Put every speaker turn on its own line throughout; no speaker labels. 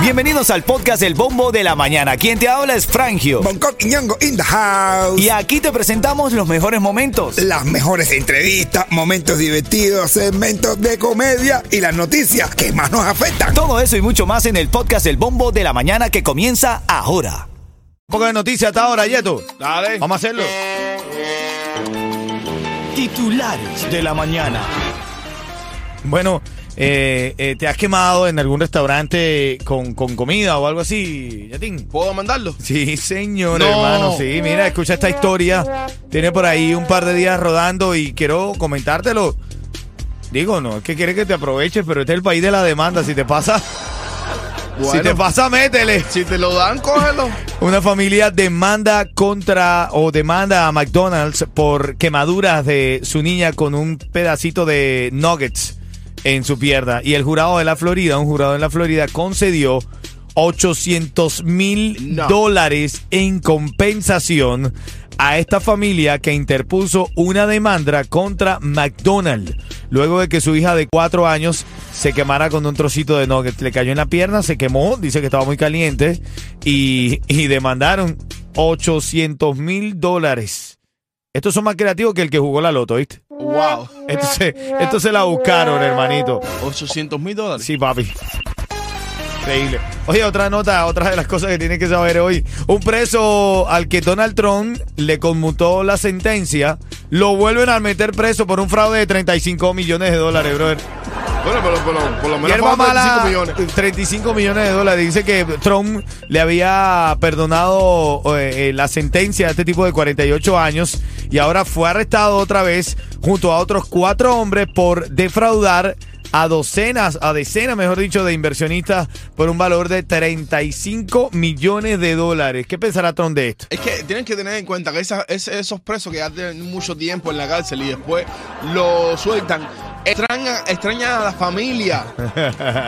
Bienvenidos al podcast El Bombo de la Mañana. Quien te habla es Frangio.
Bangkok y Ñongo in the house.
Y aquí te presentamos los mejores momentos.
Las mejores entrevistas, momentos divertidos, segmentos de comedia y las noticias que más nos afectan.
Todo eso y mucho más en el podcast El Bombo de la Mañana que comienza ahora.
Un poco de noticias hasta ahora, Yeto.
Dale.
Vamos a hacerlo.
Titulares de la Mañana.
Bueno, eh, eh, ¿te has quemado en algún restaurante con, con comida o algo así, Yatín?
¿Puedo mandarlo?
Sí, señor,
No.
hermano. Sí, mira, escucha esta historia. Tiene por ahí un par de días rodando y quiero comentártelo. Digo, no, es que quiere que te aproveches, pero este es el país de la demanda. Si te pasa, si te pasa, métele.
Si te lo dan, cógelo.
Una familia demanda contra o demanda a McDonald's por quemaduras de su niña con un pedacito de nuggets en su pierna. Y el jurado de la Florida, un jurado en la Florida, concedió 800 mil
No.
dólares en compensación a esta familia que interpuso una demanda contra McDonald's luego de que su hija de cuatro años se quemara con un trocito de nuggets. Le cayó en la pierna, se quemó, dice que estaba muy caliente y, y demandaron 800 mil dólares. Estos son más creativos que el que jugó la loto, ¿viste?
Wow.
Entonces, esto se la buscaron, hermanito.
800 mil dólares.
Sí, papi. Increíble. Oye, otra nota, otra de las cosas que tienen que saber hoy. Un preso al que Donald Trump le conmutó la sentencia, lo vuelven a meter preso por un fraude de 35 millones de dólares, brother.
Bueno, pero por lo, por lo menos
Hierba
vamos
mala,
25 millones.
35 millones de dólares. Dice que Trump le había perdonado eh, eh, la sentencia a este tipo de 48 años y ahora fue arrestado otra vez junto a otros cuatro hombres por defraudar a docenas, a decenas, mejor dicho, de inversionistas por un valor de 35 millones de dólares. ¿Qué pensará Trump de esto?
Es que tienen que tener en cuenta que esas- es- esos presos que ya tienen mucho tiempo en la cárcel y después lo sueltan, extrañan, extrañan a la familia.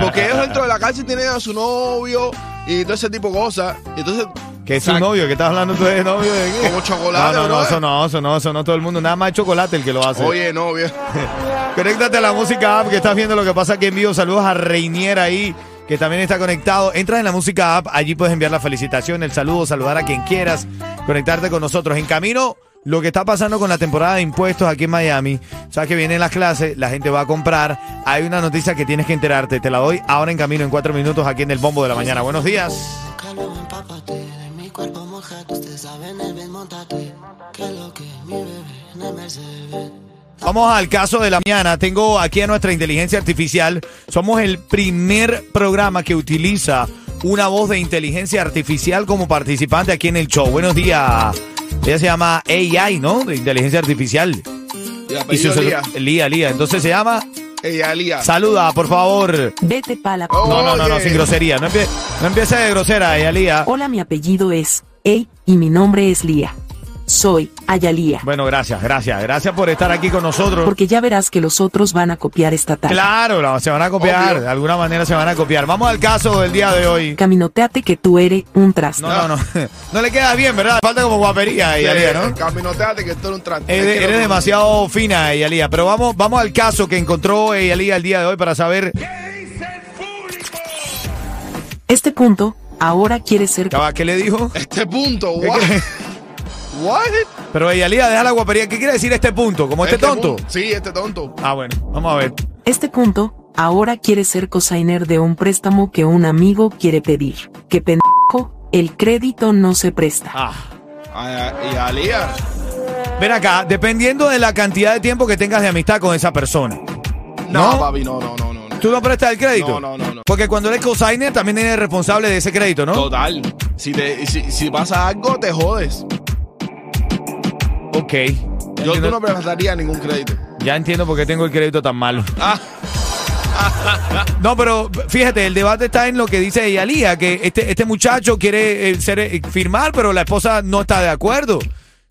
Porque ellos dentro de la cárcel tienen a su novio y todo ese tipo de cosas. Entonces,
Que es su
Exacto.
novio, que estás hablando tú de novio de qué?
Como chocolate,
No, no, no,
brother.
eso no, eso no, eso no todo el mundo. Nada más chocolate el que lo hace.
oye, novio.
Conéctate a la música app que estás viendo lo que pasa aquí en vivo. Saludos a Reinier ahí, que también está conectado. Entra en la música app, allí puedes enviar la felicitación, el saludo, saludar a quien quieras, conectarte con nosotros. En camino, lo que está pasando con la temporada de impuestos aquí en Miami. Sabes que vienen las clases, la gente va a comprar. Hay una noticia que tienes que enterarte. Te la doy ahora en camino, en cuatro minutos, aquí en el Bombo de la Mañana. Buenos días.
Calor, empápate de mi cuerpo mojado. Ustedes saben el bien, montate. Que lo que mi bebé en el Mercedes.
Vamos al caso de la mañana. Tengo aquí a nuestra inteligencia artificial. Somos el primer programa que utiliza una voz de inteligencia artificial como participante aquí en el show. Buenos días. Ella se llama AI, ¿no? De inteligencia artificial.
Y
Y su
apellido
celu-
Lía.
Pues Lía, Lía. Entonces se llama.
Ella Lía.
Saluda, por favor.
Vete pala.
No, no, no, no,
Oye.
sin grosería. No, empie- no empiece de grosera, AI, Lía.
Hola, mi apellido es Ey y mi nombre es Lía. Soy Ayalía.
Bueno, gracias, gracias. Gracias por estar aquí con nosotros.
Porque ya verás que los otros van a copiar esta tarde.
Claro, la- se van a copiar.
Obvio.
De alguna manera se van a copiar. Vamos al caso del día de hoy.
Caminoteate que tú eres un traste.
No, no, no. No le quedas bien, ¿verdad? Falta como guapería a Yalía, ¿no?
Caminoteate Eh, que esto era un trato.
Eres, eres demasiado fina, Yalía. Pero vamos, vamos al caso que encontró eh, Yalía el día de hoy para saber.
Este punto, ahora quiere ser...
Chava, ¿Qué le dijo?
Este punto, what? What?
Pero eh, Yalía, deja la guapería. ¿Qué quiere decir este punto? ¿Como este, tonto?
pun- Sí, este tonto.
Ah, bueno, vamos a ver.
Este punto, ahora quiere ser cosigner de un préstamo que un amigo quiere pedir. Que pendejo, el crédito no se presta.
Ah.
Ay, Y Alía.
Ven acá, dependiendo de la cantidad de tiempo que tengas de amistad con esa persona.
No,
¿No?
papi, no, no, no, no. no.
¿Tú no prestas el crédito?
No, no, no, no.
Porque cuando eres cosigner también eres responsable de ese crédito, ¿no?
Total. Si, te, si, si pasa algo, te jodes.
Ok.
Yo tú no prestaría ningún crédito.
Ya entiendo por qué tengo el crédito tan malo.
Ah.
No, pero fíjate, el debate está en lo que dice Yalía, que este, este muchacho quiere eh, ser, eh, firmar, pero la esposa no está de acuerdo.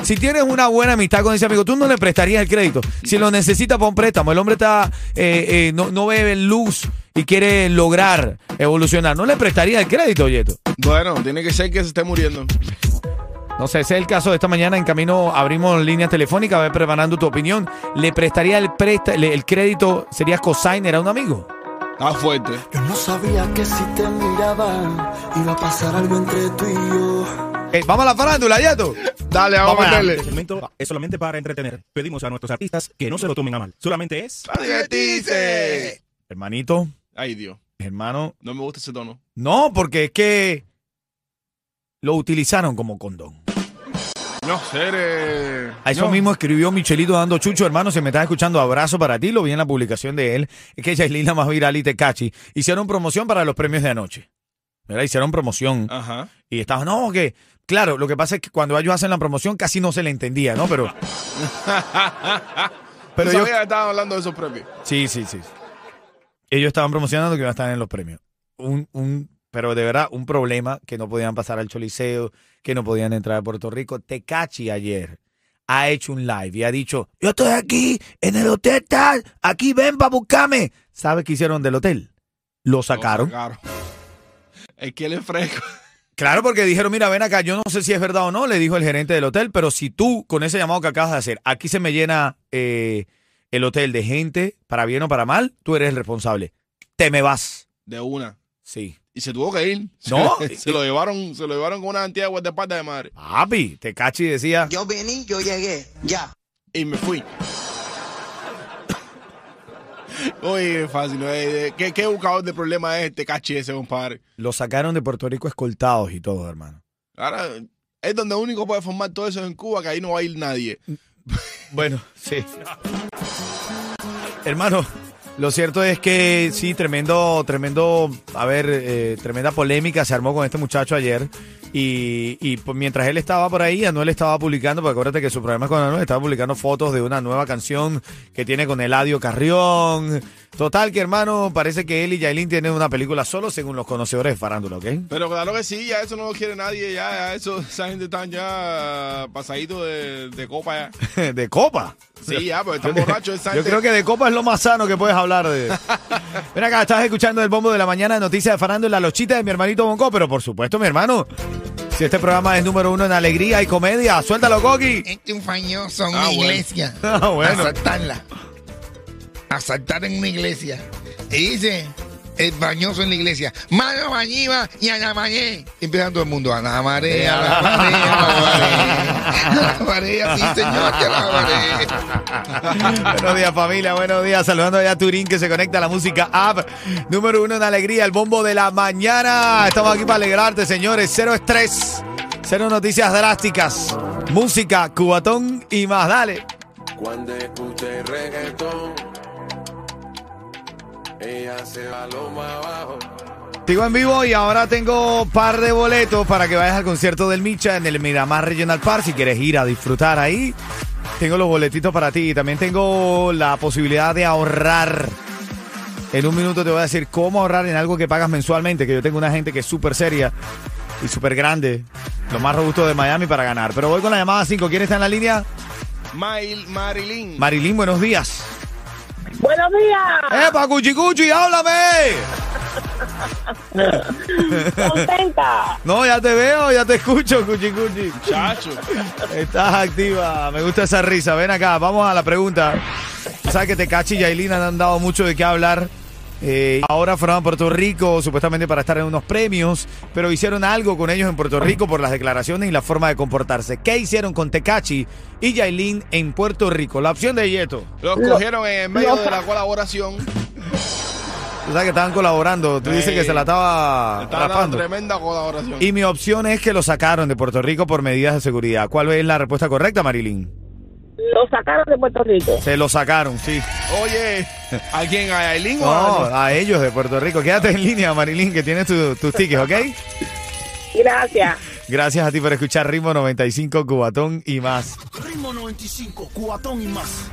Si tienes una buena amistad con ese amigo, tú no le prestarías el crédito. Si lo necesita para un préstamo, el hombre está eh, eh, no, no bebe luz y quiere lograr evolucionar, no le prestaría el crédito, Yeto.
Bueno, tiene que ser que se esté muriendo.
No sé, ese es el caso de esta mañana. En camino abrimos líneas telefónicas, ve preparando tu opinión. ¿Le prestaría el, presta- le- el crédito, serías cosigner a un amigo?
Está fuerte.
Yo no sabía que si te miraba iba a pasar algo entre tú y yo.
Eh, vamos a la farándula, Yato.
Dale, vamos, a
Este
meterle.
segmento es solamente para entretener. Pedimos a nuestros artistas que no se lo tomen a mal. Solamente es.
Divertirse.
Hermanito,
Ay, Dios.
hermano.
No me gusta ese tono.
No, porque es que lo utilizaron como condón.
No, ser. eh,
A eso
no.
mismo escribió Michelito dando chucho, hermano, si me estás escuchando, abrazo para ti, lo vi en la publicación de él, es que Yailin la más viral y Tecachi hicieron promoción para los premios de anoche. ¿Verdad? Hicieron
Ah.
promoción
Ajá.
y estaban, no, que claro, lo que pasa es que cuando ellos hacen la promoción casi no se le entendía, ¿no? Pero
Pero
Pero
yo
yo-
sabía que estaban hablando de esos premios.
sí, sí, sí. Ellos estaban promocionando que iban a estar en los premios. Un, un, pero de verdad, un problema que no podían pasar al Choliseo, que no podían entrar a Puerto Rico. Tecachi ayer ha hecho un live y ha dicho, yo estoy aquí, en el hotel tal, aquí ven para buscarme. ¿Sabes qué hicieron del hotel? Lo sacaron.
Claro. Es que él es fresco.
Claro, porque dijeron, mira, ven acá, yo no sé si es verdad o no, le dijo el gerente del hotel, pero si tú, con ese llamado que acabas de hacer, aquí se me llena eh, el hotel de gente, para bien o para mal, tú eres el responsable. Te me vas.
De una.
Sí.
Y se tuvo que ir.
No.
se lo llevaron, se lo llevaron con una cantidad de espalda de madre.
Papi, Tecachi decía,
Yo vení, yo llegué, ya.
Y me fui. Oye, fácil. ¿no? Eh, eh, ¿Qué, qué buscador de problema es este cachi ese, compadre?
lo sacaron de Puerto Rico escoltados y todo, hermano.
Ahora, es donde único puede formar todo eso es en Cuba, que ahí no va a ir nadie.
Bueno, sí. Hermano, lo cierto es que sí, tremendo, tremendo, a ver, eh, tremenda polémica se armó con este muchacho ayer. Y, y, pues, mientras él estaba por ahí, Anuel estaba publicando, porque acuérdate que su programa es con Anuel, estaba publicando fotos de una nueva canción que tiene con Eladio Carrión. Total, que hermano, parece que él y Yailin tienen una película solo, según los conocedores de Farándula, ¿ok?
Pero claro que sí, ya eso no lo quiere nadie, ya, ya eso, esa gente están ya pasadito de, de copa ya.
de copa.
Sí, ya, pero están borrachos, esa
Yo
gente-
creo que de copa es lo más sano que puedes hablar de. Ven acá, estás escuchando el bombo de la mañana, noticias de farándula, los chistes de mi hermanito Bonco, pero por supuesto, mi hermano. Si este programa es número uno en alegría y comedia, suéltalo, Coqui.
Este un fañoso a
Ah,
una
bueno.
iglesia.
Ah, bueno.
Asaltarla. Asaltar en una iglesia. Y dice el bañoso en la iglesia. Mano bañiva y anamañé. Y Empieza todo el mundo. Anamaré, anamaré, anamaré. Anamaré, sí señor, que anamaré.
buenos días, familia, buenos días. Saludando ya a Turín que se conecta a la música app. Número uno en alegría, el bombo de la mañana. Estamos aquí para alegrarte, señores. Cero estrés, cero noticias drásticas, música, cubatón y más. Dale.
Cuando escuché reggaetón, ella se va lo más abajo.
Sigo en vivo y ahora tengo par de boletos para que vayas al concierto del Micha en el Miramar Regional Park. Si quieres ir a disfrutar ahí, tengo los boletitos para ti. También tengo la posibilidad de ahorrar. En un minuto te voy a decir cómo ahorrar en algo que pagas mensualmente, que yo tengo una gente que es súper seria y súper grande, lo más robusto de Miami para ganar. Pero voy con la llamada 5. ¿Quién está en la línea?
Mail- Marilyn.
Marilyn, buenos días.
Buenos días.
¡Epa, Cuchicuchi, háblame!
Contenta.
No, ya te veo, ya te escucho, Cuchicuchi.
Chacho.
Estás activa, me gusta esa risa. Ven acá, vamos a la pregunta. Tú sabes que Tecachi y Yailin han dado mucho de qué hablar. Eh, ahora fueron a Puerto Rico supuestamente para estar en unos premios, pero hicieron algo con ellos en Puerto Rico por las declaraciones y la forma de comportarse. ¿Qué hicieron con Tecachi y Yailin en Puerto Rico? La opción de Yeto.
Los cogieron en medio de la colaboración.
Tú sabes que estaban colaborando, tú dices que se la estaba
Está dando
rapando.
tremenda colaboración.
Y mi opción es que lo sacaron de Puerto Rico por medidas de seguridad. ¿Cuál es la respuesta correcta, Marilyn?
Lo sacaron de Puerto Rico.
Se lo sacaron, sí.
Oh, Oye, ¿a quién? ¿A Aileen o
No,
a-
a ellos de Puerto Rico. Quédate en línea, Marilyn, que tienes tu- tus tickets, ¿ok?
Gracias.
Gracias a ti por escuchar Ritmo 95, Cubatón y más.
Ritmo 95, cuatón y más.